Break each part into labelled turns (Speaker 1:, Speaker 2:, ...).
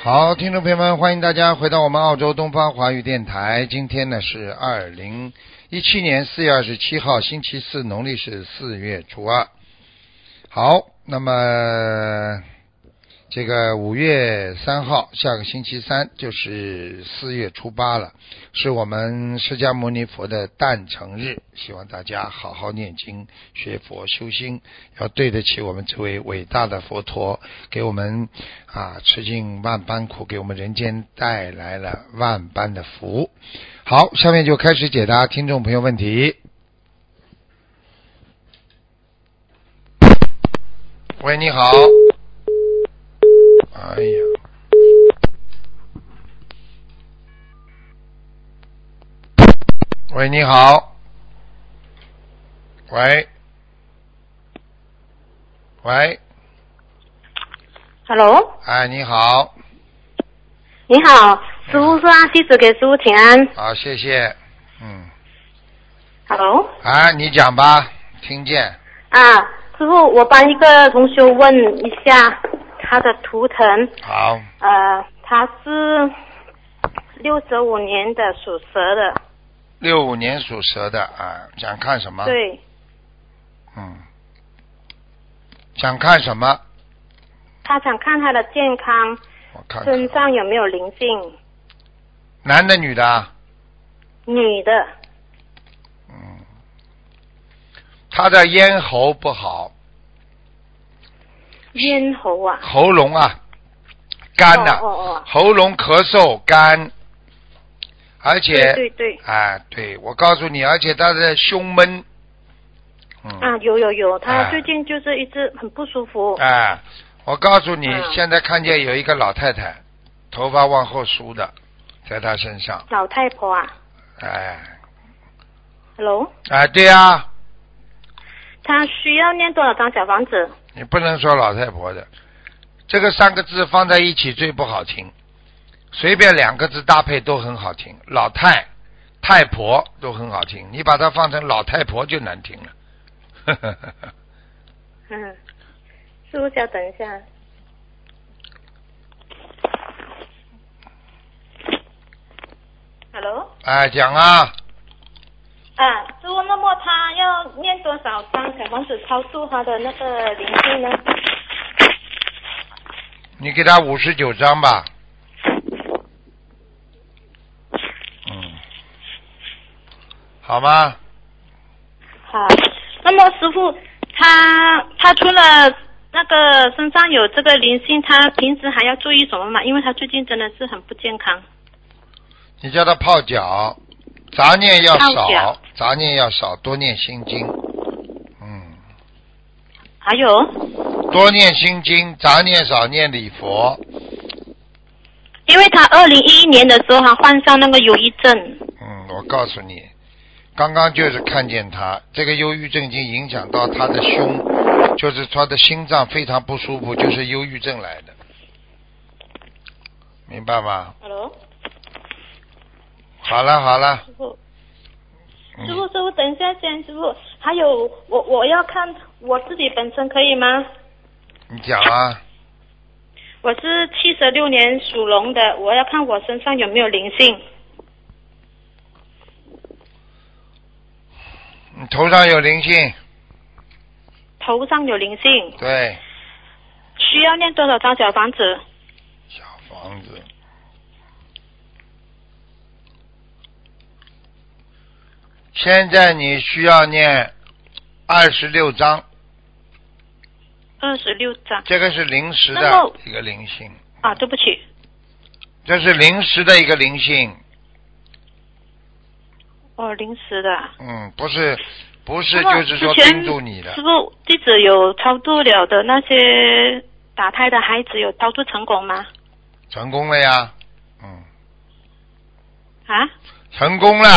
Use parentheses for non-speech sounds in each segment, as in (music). Speaker 1: 好，听众朋友们，欢迎大家回到我们澳洲东方华语电台。今天呢是二零一七年四月二十七号，星期四，农历是四月初二。好，那么这个五月三号，下个星期三就是四月初八了，是我们释迦牟尼佛的诞辰日。希望大家好好念经、学佛、修心，要对得起我们这位伟大的佛陀，给我们啊吃尽万般苦，给我们人间带来了万般的福。好，下面就开始解答听众朋友问题。喂，你好。哎呀，喂，你好。喂，喂，
Speaker 2: Hello，
Speaker 1: 哎，你好，
Speaker 2: 你好，师傅说让弟子给师傅请安。
Speaker 1: 好，谢谢，嗯，
Speaker 2: Hello，
Speaker 1: 啊，你讲吧，听见，
Speaker 2: 啊，师傅，我帮一个同学问一下他的图腾，
Speaker 1: 好，
Speaker 2: 呃，他是六十五年的属蛇的，
Speaker 1: 六五年属蛇的啊，想看什么？，
Speaker 2: 对，
Speaker 1: 嗯，想看什么？
Speaker 2: 他想看他的健康，
Speaker 1: 我看看
Speaker 2: 身，上有没有灵性，
Speaker 1: 男的女的啊？
Speaker 2: 女的，
Speaker 1: 嗯，他的咽喉不好，
Speaker 2: 咽喉啊，
Speaker 1: 喉咙啊，干呐、
Speaker 2: 哦哦哦，
Speaker 1: 喉咙咳嗽干，而且
Speaker 2: 对对对，
Speaker 1: 啊，对我告诉你，而且他的胸闷，嗯，
Speaker 2: 啊，有有有，
Speaker 1: 哎
Speaker 2: 他最近就是一直很不舒服，
Speaker 1: 哎，我告诉你，
Speaker 2: 哦嗯
Speaker 1: 现在看见有一个老太太，头发往后梳的，在她身上，
Speaker 2: 老太婆啊
Speaker 1: 哎，
Speaker 2: ，Hello，
Speaker 1: 啊，对呀、
Speaker 2: 他需要念多少张小房子？
Speaker 1: 你不能说老太婆的，这个三个字放在一起最不好听，随便两个字搭配都很好听，老太、太婆都很好听，你把它放成老太婆就难听了。 (laughs)
Speaker 2: 嗯， (laughs) 师傅稍等一下。Hello，
Speaker 1: 哎，讲啊，
Speaker 2: 啊，师傅，那么他要念多少张小王子超度他的那个灵性呢？
Speaker 1: 你给他五十九章吧。嗯，好吗？
Speaker 2: 好，那么师傅，他他除了那个身上有这个灵性，他平时还要注意什么嘛？因为他最近真的是很不健康。
Speaker 1: 你叫他泡脚，杂念要
Speaker 2: 泡
Speaker 1: 少
Speaker 2: 脚，
Speaker 1: 杂念要少，多念心经。嗯。
Speaker 2: 还有，
Speaker 1: 多念心经，杂念少念礼佛。
Speaker 2: 因为他二零一一年的时候，他患上那个忧郁症。
Speaker 1: 嗯，我告诉你，刚刚就是看见他这个忧郁症已经影响到他的胸，就是他的心脏非常不舒服，就是忧郁症来的，明白吗？
Speaker 2: Hello，
Speaker 1: 好了好了，
Speaker 2: 师傅。
Speaker 1: 嗯
Speaker 2: 师傅，师傅，等一下先，师傅，还有我我要看我自己本身可以吗？
Speaker 1: 你讲啊，
Speaker 2: 我是七十六年属龙的，我要看我身上有没有灵性。
Speaker 1: 你头上有灵性，
Speaker 2: 头上有灵性，
Speaker 1: 对，
Speaker 2: 需要念多少张小房子？
Speaker 1: 小房子。现在你需要念二十六章。
Speaker 2: 二十六张
Speaker 1: 这个是临时
Speaker 2: 那
Speaker 1: 的
Speaker 2: 么
Speaker 1: 一个灵性，
Speaker 2: 啊，对不起，
Speaker 1: 这是临时的一个灵性，
Speaker 2: 哦，临时的。
Speaker 1: 嗯，不是，不是，
Speaker 2: 那么
Speaker 1: 就是说
Speaker 2: 之前
Speaker 1: 盯住你的
Speaker 2: 师，傅，弟子有操作了的那些打胎的孩子有操作成功吗？
Speaker 1: 成功了呀，嗯，
Speaker 2: 啊？
Speaker 1: 成功了，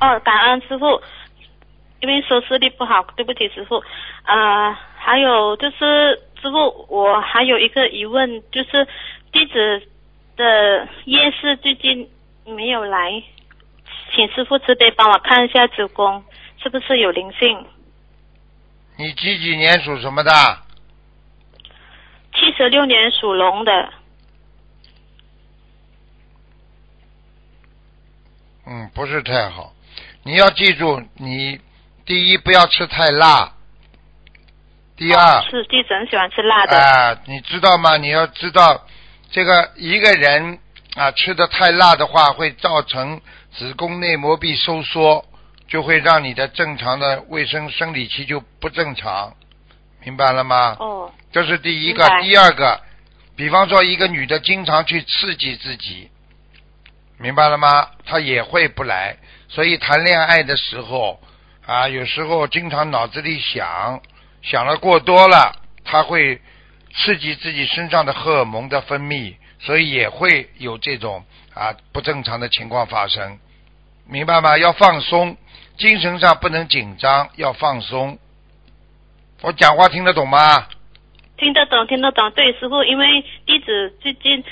Speaker 2: 哦，感恩师傅，因为收视率不好，对不起师傅。呃，还有就是师傅，我还有一个疑问，就是弟子的夜市最近没有来，请师傅慈悲帮我看一下子宫是不是有灵性。
Speaker 1: 你几几年属什么的？
Speaker 2: 七十六年属龙的，
Speaker 1: 嗯，不是太好。你要记住，你第一不要吃太辣，第二
Speaker 2: 哦是弟子很喜欢吃辣的。
Speaker 1: 啊，你知道吗？你要知道，这个一个人啊，吃的太辣的话，会造成子宫内膜壁收缩，就会让你的正常的卫生生理期就不正常，明白了吗？
Speaker 2: 哦
Speaker 1: 这是第一个
Speaker 2: 明，白
Speaker 1: 第二个，比方说一个女的经常去刺激自己，明白了吗？她也会不来，所以谈恋爱的时候啊，有时候经常脑子里想，想的过多了，她会刺激自己身上的荷尔蒙的分泌，所以也会有这种啊不正常的情况发生，明白吗？要放松，精神上不能紧张，要放松。我讲话听得懂吗？
Speaker 2: 听得懂，听得懂。对，师傅，因为弟子最近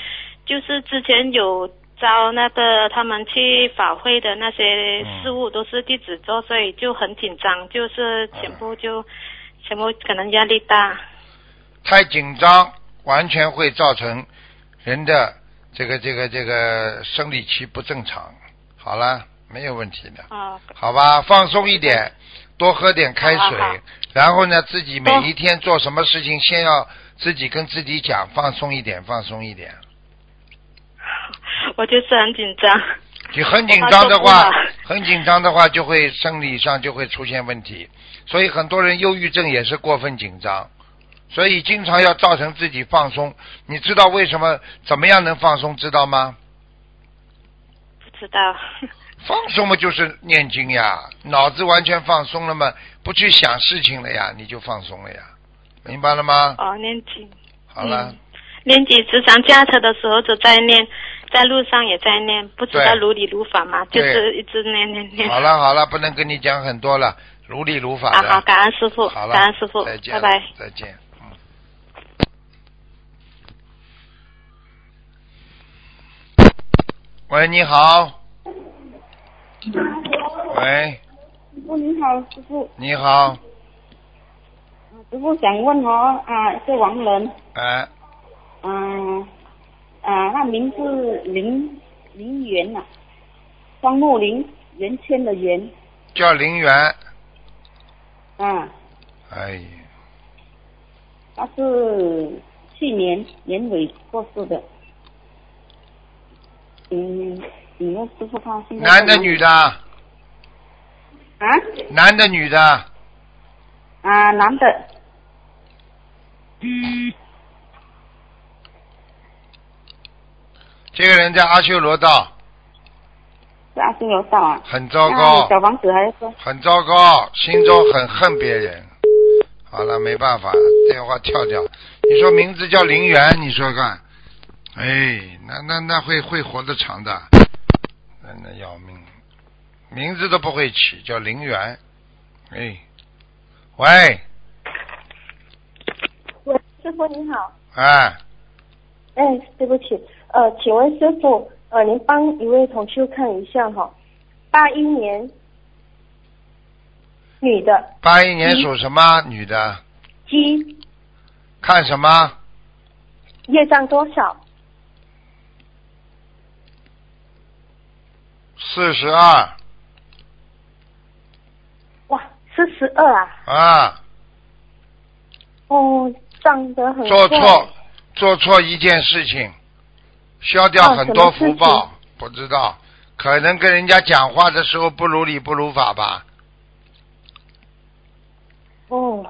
Speaker 2: 就是之前有招那个他们去法会的那些
Speaker 1: 嗯
Speaker 2: 事务都是弟子做，所以就很紧张，就是全部就、全部可能压力大。
Speaker 1: 太紧张，完全会造成人的这个这个这个生理期不正常。好了，没有问题的，
Speaker 2: 啊、
Speaker 1: 好吧，放松一点，多喝点开
Speaker 2: 好好好
Speaker 1: 水，然后呢，自己每一天做什么事情，先要自己跟自己讲，放松一点，放松一点。
Speaker 2: 我就是很紧张。
Speaker 1: 你很紧张的
Speaker 2: 我怕
Speaker 1: 话
Speaker 2: 受不了，
Speaker 1: 很紧张的话，就会生理上就会出现问题。所以很多人忧郁症也是过分紧张，所以经常要造成自己放松。你知道为什么怎么样能放松，知道吗？
Speaker 2: 不
Speaker 1: (laughs)
Speaker 2: 知道，
Speaker 1: 放松嘛，就是念经呀，脑子完全放松了嘛，不去想事情了呀，你就放松了呀，明白了吗？
Speaker 2: 哦，念经，
Speaker 1: 好了
Speaker 2: 嗯，念经时常驾车的时候都在念，在路上也在念，不知道
Speaker 1: 对
Speaker 2: 如理如法嘛，
Speaker 1: 对
Speaker 2: 就是一直念念念。
Speaker 1: 好了好了，不能跟你讲很多了，如理如法
Speaker 2: 啊，
Speaker 1: 的。
Speaker 2: 好，感恩师傅，
Speaker 1: 好了，
Speaker 2: 感恩师傅，
Speaker 1: 再见
Speaker 2: 拜
Speaker 1: 了，
Speaker 2: 拜。
Speaker 1: 再见。嗯。喂，你好。喂，
Speaker 3: 师傅你好，师傅，
Speaker 1: 你好，
Speaker 3: 师傅想问哦，啊，一个亡人，
Speaker 1: 哎，
Speaker 3: 嗯、啊，那名字林林园呐、啊，双木林，圆圈的圆，
Speaker 1: 叫林园，
Speaker 3: 啊，
Speaker 1: 哎，
Speaker 3: 他是去年年尾过世的，嗯，你问师傅他现在在
Speaker 1: 男的
Speaker 3: 哪里
Speaker 1: 女的，
Speaker 3: 啊
Speaker 1: 男的女的，
Speaker 3: 啊，男的，
Speaker 1: 嗯这个人在阿修罗道，
Speaker 3: 是阿修罗道啊，
Speaker 1: 很糟
Speaker 3: 那
Speaker 1: 糕，
Speaker 3: 小房子还要说，
Speaker 1: 很糟糕，心中很恨别人。好了，没办法，电话跳掉。你说名字叫林园，你说看，哎，那那那会会活得长的，那那要命，名字都不会起，叫林园，哎，喂，
Speaker 4: 喂，师傅您好。
Speaker 1: 哎，
Speaker 4: 哎，对不起，呃，请问师傅，呃，您帮一位同修看一下哈，八一年女的
Speaker 1: 八一年属什么？女的，
Speaker 4: 鸡
Speaker 1: 看什么？
Speaker 4: 业障多少？
Speaker 1: 四十二
Speaker 4: 哇，四十二啊！
Speaker 1: 啊，
Speaker 4: 哦，涨得很快
Speaker 1: 做错做错一件事情，消掉
Speaker 4: 哦
Speaker 1: 很
Speaker 4: 什么
Speaker 1: 多
Speaker 4: 事
Speaker 1: 福
Speaker 4: 情
Speaker 1: 报，不知道，可能跟人家讲话的时候不如理不如法吧。
Speaker 4: 哦，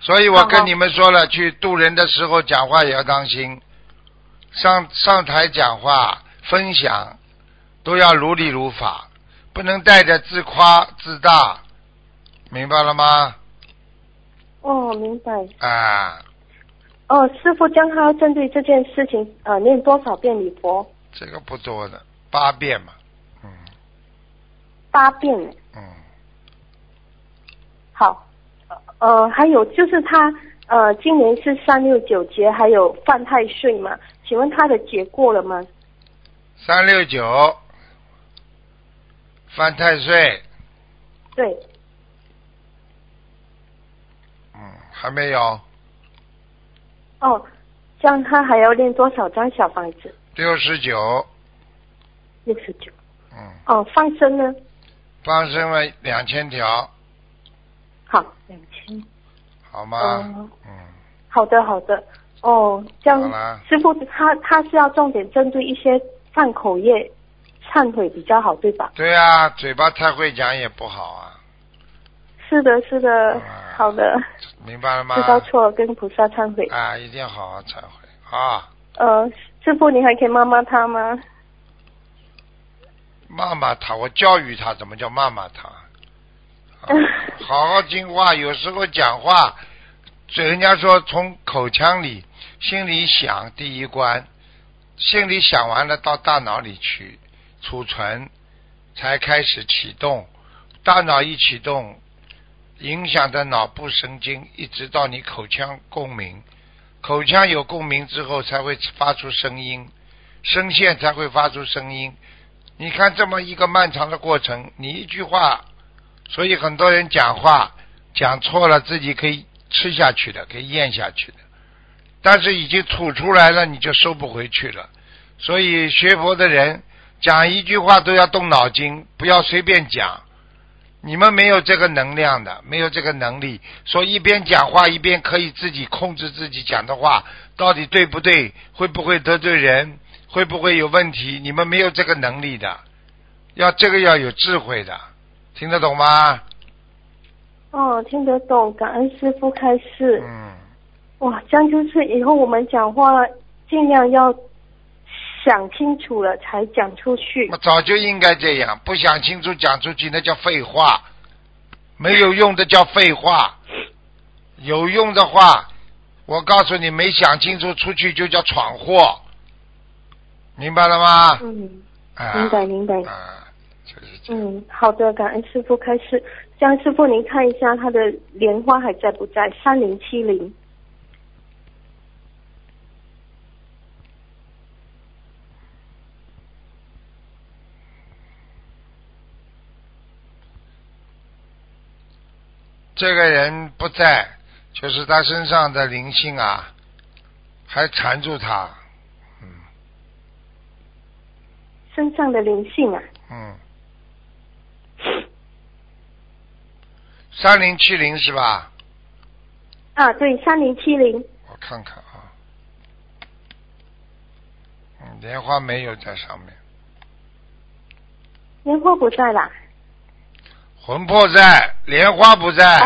Speaker 1: 所以我
Speaker 4: 好
Speaker 1: 跟
Speaker 4: 好
Speaker 1: 你们说了，去渡人的时候讲话也要当心，上上台讲话分享都要如理如法，不能带着自夸自大，明白了吗？
Speaker 4: 哦，明白。
Speaker 1: 啊，
Speaker 4: 哦，师傅将他针对这件事情，呃，念多少遍礼佛？
Speaker 1: 这个不多的，八遍嘛，嗯
Speaker 4: 八遍呢。
Speaker 1: 嗯。
Speaker 4: 好，呃，还有就是他呃，今年是三六九节，还有犯太岁嘛？请问他的节过了吗？
Speaker 1: 三六九，犯太岁，
Speaker 4: 对，
Speaker 1: 嗯，还没有
Speaker 4: 哦，这样他还要练多少张小房子？
Speaker 1: 六十九，
Speaker 4: 六十
Speaker 1: 69
Speaker 4: 九。
Speaker 1: 嗯，
Speaker 4: 哦，放生呢？
Speaker 1: 放生了两千条，
Speaker 4: 好，
Speaker 3: 两千，
Speaker 1: 好吗？
Speaker 4: 哦
Speaker 1: 嗯，
Speaker 4: 好的，好的。哦，这样
Speaker 1: 好啦，
Speaker 4: 师傅他他是要重点针对一些犯口业忏悔比较好，对吧？
Speaker 1: 对啊，嘴巴太会讲也不好啊，
Speaker 4: 是的，是的，
Speaker 1: 啊
Speaker 4: 好的，
Speaker 1: 明白了吗？
Speaker 4: 知道错了，跟菩萨忏悔。
Speaker 1: 啊，一定要好好忏悔啊！
Speaker 4: 呃，师傅，你还可以骂骂他吗？
Speaker 1: 骂骂他，我教育他怎么叫骂骂他。啊好好听话，有时候讲话，嘴人家说从口腔里、心里想第一关，心里想完了到大脑里去储存，才开始启动。大脑一启动，影响的脑部神经，一直到你口腔共鸣，口腔有共鸣之后才会发出声音，声线才会发出声音。你看这么一个漫长的过程，你一句话所以很多人讲话讲错了，自己可以吃下去的，可以咽下去的，但是已经吐出来了，你就收不回去了。所以学佛的人讲一句话都要动脑筋，不要随便讲。你们没有这个能量的，没有这个能力，所以一边讲话一边可以自己控制自己讲的话到底对不对，会不会得罪人，会不会有问题，你们没有这个能力的，要这个要有智慧的。听得懂吗？
Speaker 4: 哦，听得懂，感恩师傅开示。
Speaker 1: 嗯，
Speaker 4: 哇，这样就是以后我们讲话尽量要想清楚了才讲出去
Speaker 1: 我。早就应该这样，不想清楚讲出去那叫废话，没有用的叫废话，有用的话，我告诉你，没想清楚出去就叫闯祸，明白了吗？
Speaker 4: 嗯，
Speaker 1: 啊，
Speaker 4: 明白明白。
Speaker 1: 啊，就是这样。
Speaker 4: 嗯，好的，感恩师傅开示。这样师傅您看一下他的莲花还在不在？三零七零。
Speaker 1: 这个人不在，就是他身上的灵性啊，还缠住他，嗯
Speaker 4: 身上的灵性啊，
Speaker 1: 嗯，三零七零是吧？
Speaker 4: 啊，对，三零七零，
Speaker 1: 我看看啊，嗯，莲花没有在上面，
Speaker 4: 莲花不在啦。
Speaker 1: 魂魄在，莲花不在。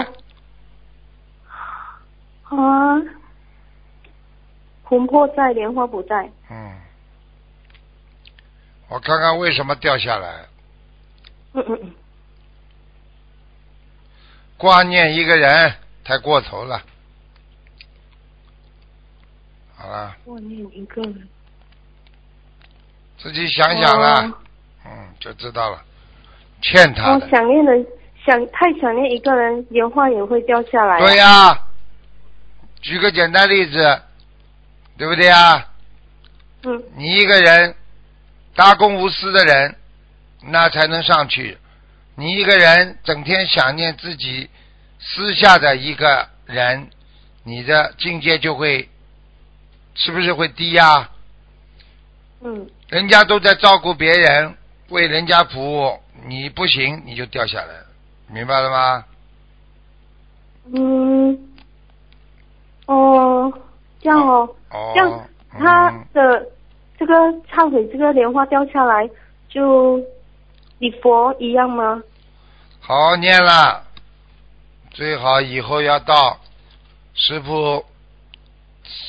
Speaker 4: 啊啊，魂魄在，莲花不在。
Speaker 1: 嗯，我看看为什么掉下来。
Speaker 4: 嗯嗯嗯，
Speaker 1: 挂念一个人太过头了。好了，
Speaker 4: 我念一个。
Speaker 1: 自己想想了，
Speaker 4: 哦
Speaker 1: 嗯，就知道了，欠他
Speaker 4: 我
Speaker 1: 的。
Speaker 4: 想念的想太想念一个人，莲花也会掉下来、啊
Speaker 1: 对、呀、举个简单例子，对不对呀、
Speaker 4: 嗯
Speaker 1: 你一个人大公无私的人，那才能上去。你一个人整天想念自己私下的一个人，你的境界就会是不是会低呀、
Speaker 4: 嗯，
Speaker 1: 人家都在照顾别人，为人家服务，你不行你就掉下来了，明白了吗？
Speaker 4: 嗯，哦，这样哦，
Speaker 1: 哦，
Speaker 4: 这样他
Speaker 1: 嗯
Speaker 4: 的、这个忏悔，这个莲花掉下来就礼佛一样吗？
Speaker 1: 好好念了，最好以后要到师傅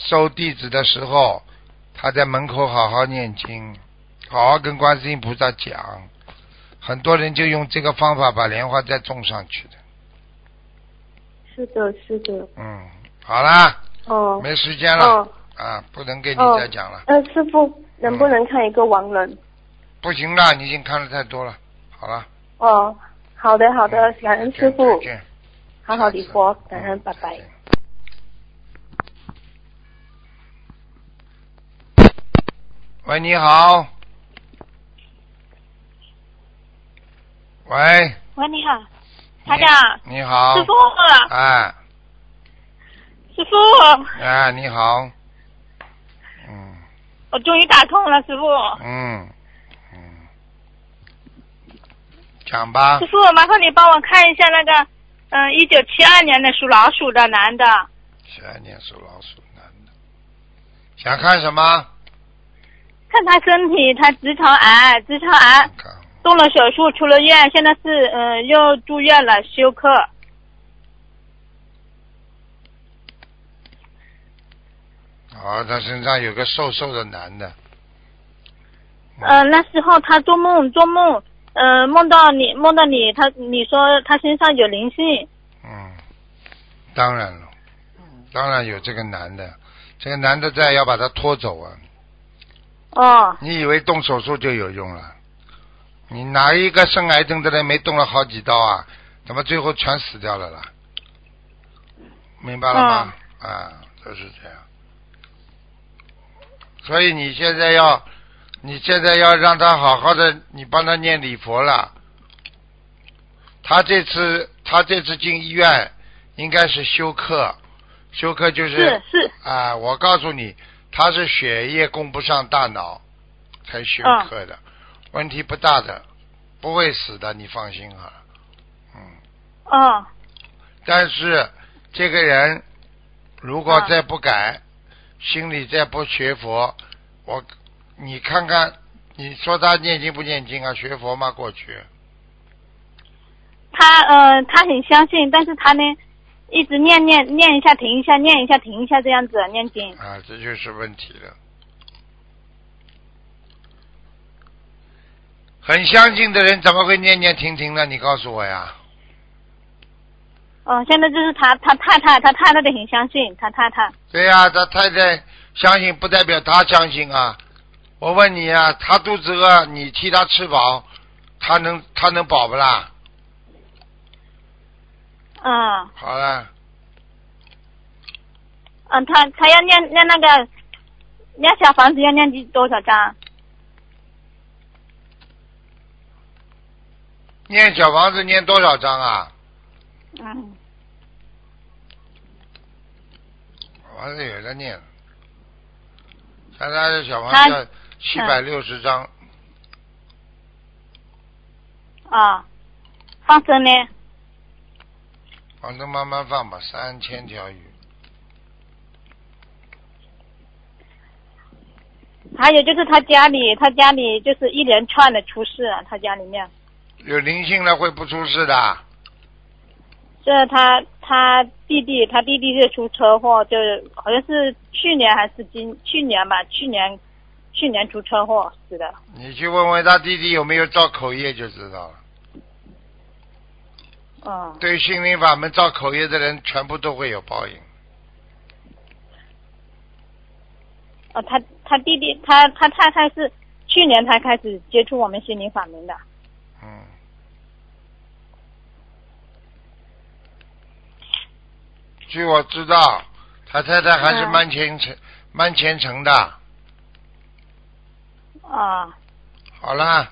Speaker 1: 收弟子的时候，他在门口好好念经，好好跟观世音菩萨讲。很多人就用这个方法把莲花再种上去的。
Speaker 4: 是的，是的，
Speaker 1: 嗯，好啦，
Speaker 4: 哦，
Speaker 1: 没时间了、
Speaker 4: 哦
Speaker 1: 啊，不能给你
Speaker 4: 哦
Speaker 1: 再讲了，
Speaker 4: 呃，师傅能不能看一个亡人？
Speaker 1: 不行了，你已经看的太多了。好了，
Speaker 4: 哦，好的，好的
Speaker 1: 嗯，
Speaker 4: 感恩
Speaker 1: 再
Speaker 4: 师
Speaker 1: 见
Speaker 4: 傅
Speaker 1: 再，见嗯
Speaker 4: 好好礼佛，感恩，拜拜。
Speaker 1: 喂，你好。喂。
Speaker 2: 喂，你好，台长，
Speaker 1: 你好。
Speaker 2: 师傅。，
Speaker 1: 哎
Speaker 2: 师傅，
Speaker 1: 哎，你好。嗯
Speaker 2: 我终于打通了，师傅。
Speaker 1: 嗯嗯，讲吧
Speaker 2: 师，傅，麻烦你帮我看一下那个，嗯，一九七二年的属老鼠的男的，
Speaker 1: 十二年属老鼠男的，想看什么？
Speaker 2: 看他身体，他直肠癌，直肠癌
Speaker 1: 看看
Speaker 2: 动了手术，出了院，现在是嗯又住院了，休克。
Speaker 1: 哦，他身上有个瘦瘦的男的，
Speaker 2: 呃，那时候他做梦做梦，呃，梦到你梦到你，他你说他身上有灵性，
Speaker 1: 嗯，当然了，当然有这个男的，这个男的在要把他拖走啊！
Speaker 2: 哦，
Speaker 1: 你以为动手术就有用了？你哪一个生癌症的人没动了好几刀啊？怎么最后全死掉了啦？明白了吗？啊，就是这样。所以你现在要，你现在要让他好好的，你帮他念礼佛了。他这次他这次进医院应该是休克，休克就是
Speaker 2: 是，
Speaker 1: 啊，我告诉你，他是血液供不上大脑，才休克的，问题不大的，不会死的，你放心啊。嗯，
Speaker 2: 哦，
Speaker 1: 但是这个人如果
Speaker 2: 啊
Speaker 1: 再不改，心里再不学佛，我你看看，你说他念经不念经啊？学佛吗？过去
Speaker 2: 他呃他很相信，但是他呢一直念念念一下停一下念一下停一下这样子念经，
Speaker 1: 啊，这就是问题了。很相信的人怎么会念念停停呢？你告诉我呀。
Speaker 2: 哦、现在就是他他太太他太太的很相信他太太，
Speaker 1: 对呀、他太太相信不代表他相信啊。我问你啊，他肚子饿，你替他吃饱，他能他能饱不啦？
Speaker 2: 嗯
Speaker 1: 好了，
Speaker 2: 嗯，他他要念念那个念小房子要念几多少张？
Speaker 1: 念小房子念多少章啊？
Speaker 2: 嗯，
Speaker 1: 小房子有的念，像他的小房子七百六十章，
Speaker 2: 啊、放生呢？
Speaker 1: 反正慢慢放吧，三千条鱼。
Speaker 2: 还有就是他家里，他家里就是一连串的出事、啊，他家里面，
Speaker 1: 有灵性了会不出事的，
Speaker 2: 这他他弟弟，他弟弟是出车祸，就是好像是去年还是今去年吧，去年去年出车祸死的。
Speaker 1: 你去问问他弟弟有没有造口业就知道了。
Speaker 2: 嗯，
Speaker 1: 对心灵法门造口业的人，全部都会有报应。
Speaker 2: 哦，他他弟弟，他他太太是去年才开始接触我们心灵法门的。
Speaker 1: 嗯，据我知道，他太太还是
Speaker 2: 嗯
Speaker 1: 蛮虔诚、蛮虔诚的。
Speaker 2: 啊
Speaker 1: 好啦，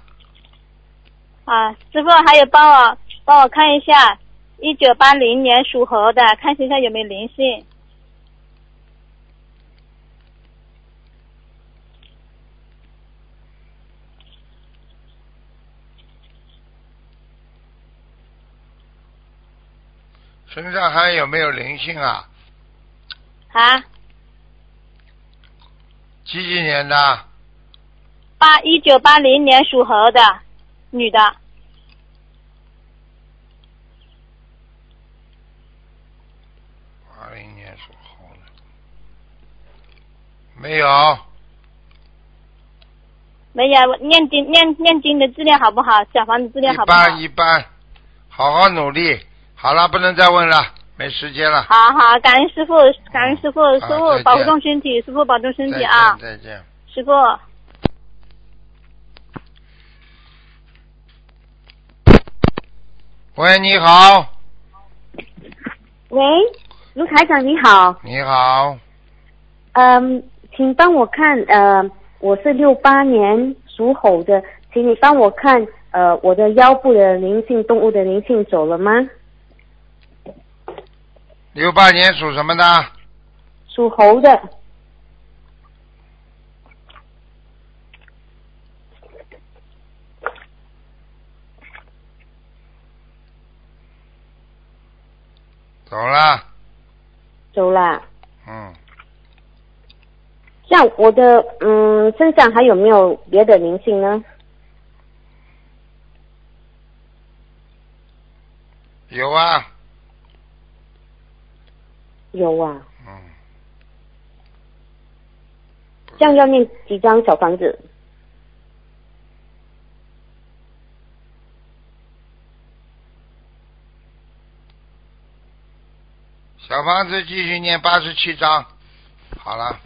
Speaker 2: 啊，师傅还有帮我帮我看一下，一九八零年属猴的，看一下有没有灵性。
Speaker 1: 身上还有没有灵性啊？
Speaker 2: 啊，
Speaker 1: 几几年的？
Speaker 2: 八一九八零年属猴的女的，
Speaker 1: 八零年属猴的。没有，
Speaker 2: 没有念经念念经的质量好不好？小房子质量
Speaker 1: 一
Speaker 2: 好不好？
Speaker 1: 般一般，好好努力。好了，不能再问了，没时间了。
Speaker 2: 好好，感恩师傅，感恩师傅，
Speaker 1: 好
Speaker 2: 师
Speaker 1: 再
Speaker 2: 傅
Speaker 1: 见
Speaker 2: 保重身体，师傅保重身
Speaker 1: 再
Speaker 2: 体
Speaker 1: 见
Speaker 2: 啊，
Speaker 1: 再见。
Speaker 2: 师傅。
Speaker 1: 喂，你好，
Speaker 5: 喂，卢台长你好，
Speaker 1: 你好，
Speaker 5: 嗯，请帮我看，呃，我是六八年属猴的，请你帮我看，呃，我的腰部的灵性动物的灵性走了吗？
Speaker 1: 六八年属什么的？
Speaker 5: 属猴的，
Speaker 1: 走了，
Speaker 5: 走啦。
Speaker 1: 嗯，
Speaker 5: 像我的嗯身上还有没有别的灵性呢？
Speaker 1: 有啊，
Speaker 5: 有啊，
Speaker 1: 嗯，
Speaker 5: 这样要念几张小房子？
Speaker 1: 小房子继续念八十七章，好了，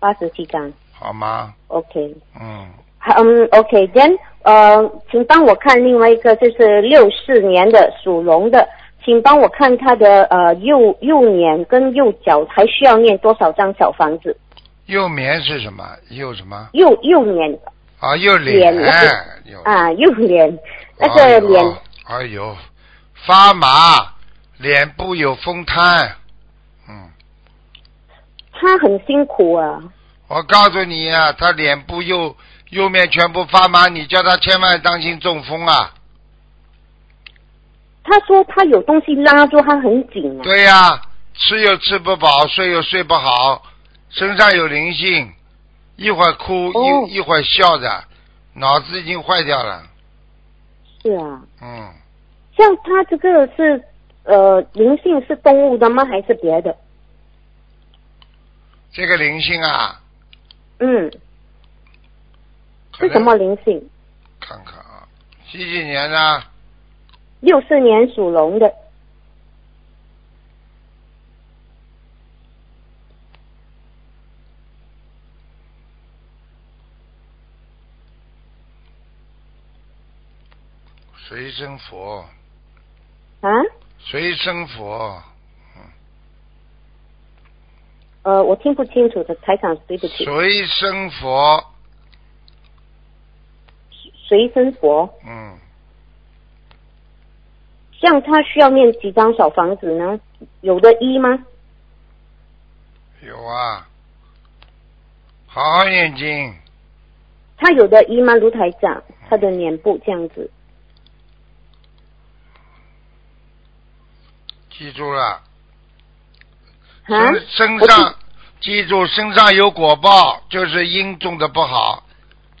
Speaker 5: 八十七张
Speaker 1: 好吗？
Speaker 5: ，OK。
Speaker 1: 嗯，
Speaker 5: 好嗯，OK，then，呃，请帮我看另外一个，就是六四年的属龙的，请帮我看他的呃右右脸跟右脚还需要念多少张小房子？
Speaker 1: 右棉是什么？右什么？
Speaker 5: 右右脸
Speaker 1: 啊，右
Speaker 5: 脸
Speaker 1: 脸，哎右
Speaker 5: 啊，右脸那
Speaker 1: 哎
Speaker 5: 个
Speaker 1: 呦
Speaker 5: 脸，
Speaker 1: 哎呦，发麻，脸部有风瘫，嗯，
Speaker 5: 他很辛苦啊，
Speaker 1: 我告诉你啊，他脸部右右面全部发麻，你叫他千万当心中风啊！
Speaker 5: 他说他有东西拉住他很紧啊，
Speaker 1: 对呀、吃又吃不饱，睡又睡不好，身上有灵性，一会儿哭、
Speaker 5: 哦
Speaker 1: 一一会儿笑的，脑子已经坏掉了，
Speaker 5: 是啊，
Speaker 1: 嗯，
Speaker 5: 像他这个是呃灵性是动物的吗？还是别的？
Speaker 1: 这个灵性啊，
Speaker 5: 嗯，
Speaker 1: 可能
Speaker 5: 是什么灵性？
Speaker 1: 看看啊，几几年呢？
Speaker 5: 六四年属龙的。
Speaker 1: 随身佛，
Speaker 5: 啊？
Speaker 1: 随身佛，
Speaker 5: 呃，我听不清楚的，台长，对不起。
Speaker 1: 随身佛，
Speaker 5: 随身佛，
Speaker 1: 嗯，
Speaker 5: 像他需要念几张小房子呢？有的一吗？
Speaker 1: 有啊，好好念经，
Speaker 5: 他有的一吗？卢台长，他的脸部这样子。
Speaker 1: 记住了，嗯
Speaker 5: 啊？
Speaker 1: 身身
Speaker 5: 我
Speaker 1: 上记住身上有果报，就是因种的不好，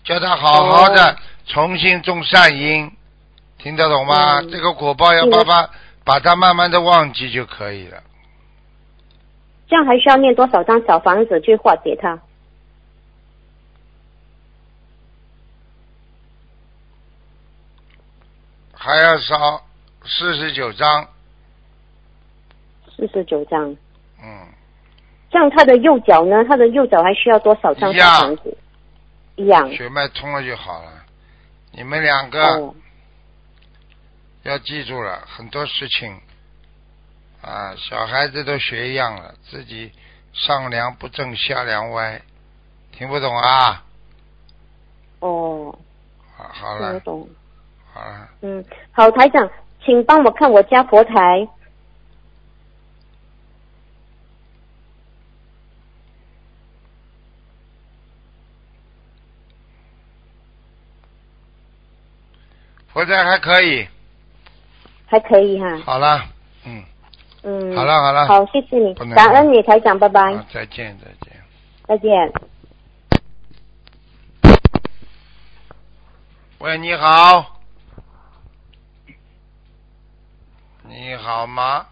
Speaker 1: 叫他好好的
Speaker 5: 哦
Speaker 1: 重新种善因，听得懂吗？
Speaker 5: 嗯
Speaker 1: 这个果报要
Speaker 5: 听
Speaker 1: 慢
Speaker 5: 得
Speaker 1: 慢把它慢慢的忘记就可以了。
Speaker 5: 这样还需要念多少张小房子去化解他？
Speaker 1: 还要烧四十九章，
Speaker 5: 四十九张。
Speaker 1: 嗯，
Speaker 5: 这样他的右脚呢？他的右脚还需要多少张
Speaker 1: 一
Speaker 5: 小
Speaker 1: 样
Speaker 5: 房子？一样。
Speaker 1: 血脉通了就好了。你们两个。
Speaker 5: 嗯哦，
Speaker 1: 要记住了，很多事情啊，小孩子都学样了，自己上梁不正下梁歪，听不懂啊？
Speaker 5: 哦，
Speaker 1: 好，好
Speaker 5: 听得
Speaker 1: 了，
Speaker 5: 懂。
Speaker 1: 好了，
Speaker 5: 嗯，好，台长，请帮我看我家佛台。
Speaker 1: 佛台还可以，
Speaker 5: 还可以哈，
Speaker 1: 好了，嗯，
Speaker 5: 嗯，
Speaker 1: 好了，好了，
Speaker 5: 好，谢谢你
Speaker 1: 不能，
Speaker 5: 感恩你，台长，拜拜，
Speaker 1: 好再见，再见。
Speaker 5: 再见。
Speaker 1: 喂，你好。你好吗？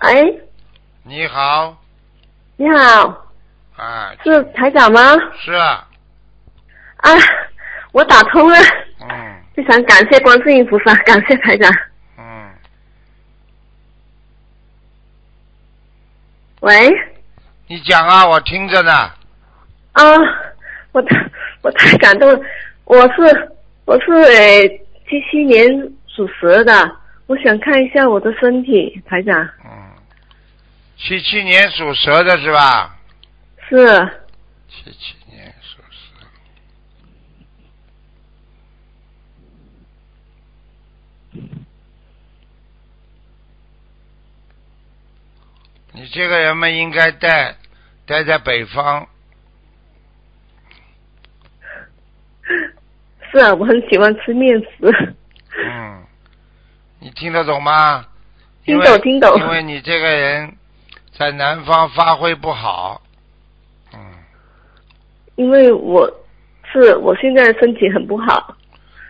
Speaker 6: 哎，
Speaker 1: 你好，
Speaker 6: 你好，
Speaker 1: 啊，
Speaker 6: 是台长吗？
Speaker 1: 是啊，
Speaker 6: 啊，我打通了，
Speaker 1: 嗯
Speaker 6: 非常感谢观世音菩萨，感谢台长。
Speaker 1: 嗯，
Speaker 6: 喂，
Speaker 1: 你讲啊，我听着呢。
Speaker 6: 啊，我太我太感动了，我是我是呃七七年属蛇的，我想看一下我的身体，台长
Speaker 1: 嗯，七七年属蛇的是吧？
Speaker 6: 是
Speaker 1: 七七年属蛇。你这个人们应该待待在北方，
Speaker 6: 是
Speaker 1: 嗯
Speaker 6: 啊，我很喜欢吃面食，
Speaker 1: 嗯，你听得懂吗？因
Speaker 6: 听
Speaker 1: 为
Speaker 6: 懂听懂
Speaker 1: 因为你这个人在南方发挥不好，嗯，
Speaker 6: 因为我是我现在身体很不好，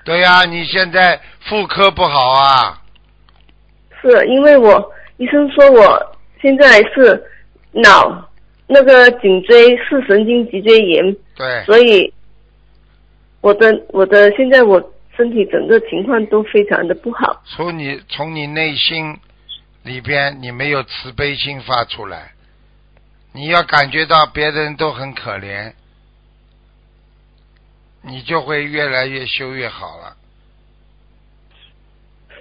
Speaker 1: 对呀、你现在妇科不好啊，
Speaker 6: 是因为我医生说我现在是脑那个颈椎是神经脊椎炎，
Speaker 1: 对，
Speaker 6: 所以我的我的现在我身体整个情况都非常的不好，
Speaker 1: 从你从你内心里边，你没有慈悲心发出来，你要感觉到别人都很可怜，你就会越来越修越好了。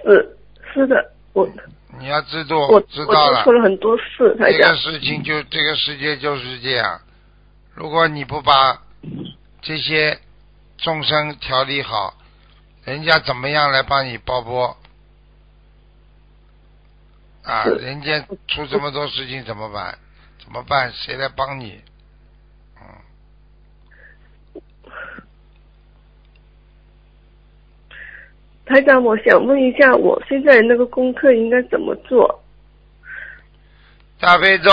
Speaker 6: 是是的，我
Speaker 1: 你要知
Speaker 6: 我
Speaker 1: 道哦知道
Speaker 6: 我
Speaker 1: 了
Speaker 6: 做错，了很多事，台
Speaker 1: 这
Speaker 6: 长
Speaker 1: 个事情就这个世界就是这样。如果你不把这些众生调理好，人家怎么样来帮你包钵？啊，
Speaker 6: 是
Speaker 1: 人家出这么多事情怎么办？怎么办？谁来帮你？嗯，
Speaker 6: 台长，我想问一下，我现在那个功课应该怎么做？
Speaker 1: 大悲咒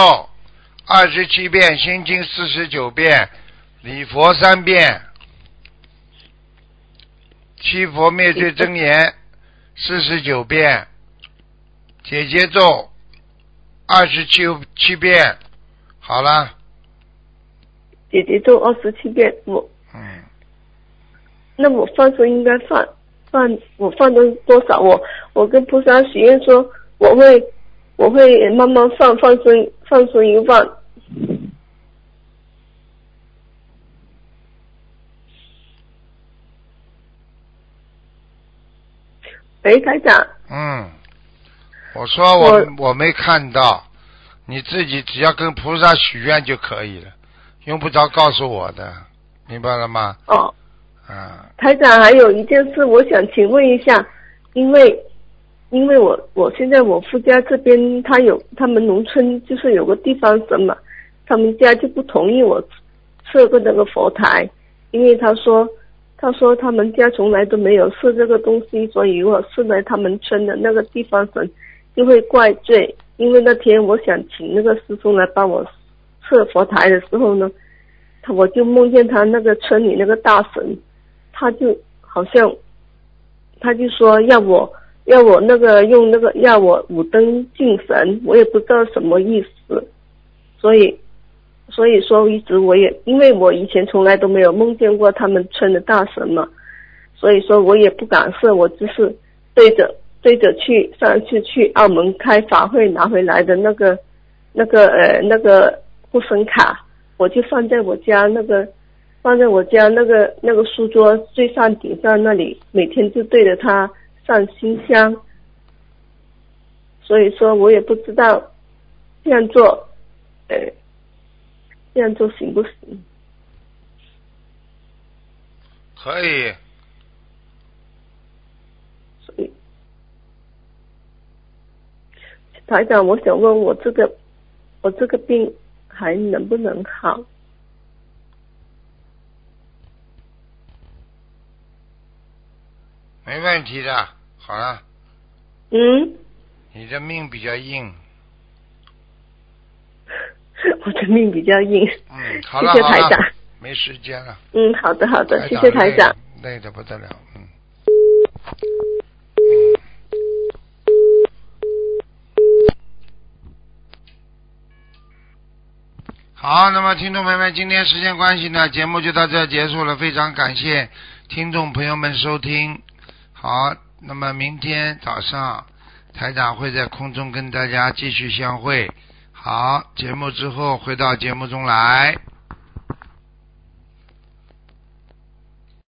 Speaker 1: 二十七遍，心经四十九遍，礼佛三遍，七佛灭罪真言四十九遍，姐姐咒二十七七遍，好了，
Speaker 6: 姐姐咒二十七遍，我
Speaker 1: 嗯，
Speaker 6: 那我放生应该放放我放的多少？我我跟菩萨许愿说我会我会慢慢放放生放生一万，喂，台长，
Speaker 1: 嗯，我说我我没看到，你自己只要跟菩萨许愿就可以了，用不着告诉我的，明白了吗？
Speaker 6: 哦，
Speaker 1: 啊。
Speaker 6: 台长，还有一件事，我想请问一下，因为因为我我现在我夫家这边，他有他们农村就是有个地方神嘛，他们家就不同意我设个那个佛台，因为他说他说他们家从来都没有设这个东西，所以如果设在他们村的那个地方神，就会怪罪。因为那天我想请那个师兄来帮我设佛台的时候呢，他我就梦见他那个村里那个大神。他就好像，他就说要我要我那个用那个要我五灯敬神，我也不知道什么意思，所以所以说一直我也因为我以前从来都没有梦见过他们村的大神嘛，所以说我也不敢设，我只是对着对着去上次去澳门开法会拿回来的那个那个呃那个护身卡，我就放在我家那个放在我家那个那个书桌最上顶上那里，每天就对着它上新香。所以说我也不知道这样做，呃，这样做行不行？
Speaker 1: 可以，
Speaker 6: 所以，台长，我想问我这个我这个病还能不能好？
Speaker 1: 没问题的。好了，
Speaker 6: 嗯，
Speaker 1: 你的命比较硬，
Speaker 6: (laughs) 我的命比较硬。
Speaker 1: 嗯好了
Speaker 6: 谢谢
Speaker 1: 好
Speaker 6: 台
Speaker 1: 了
Speaker 6: 长。
Speaker 1: 没时间了。
Speaker 6: 嗯，好的好的，谢
Speaker 1: 长
Speaker 6: 谢台长。
Speaker 1: 累，累得不得了，嗯。好，那么听众朋友们，今天时间关系呢，节目就到这儿结束了。非常感谢听众朋友们收听。好，那么明天早上台长会在空中跟大家继续相会。好，节目之后回到节目中来。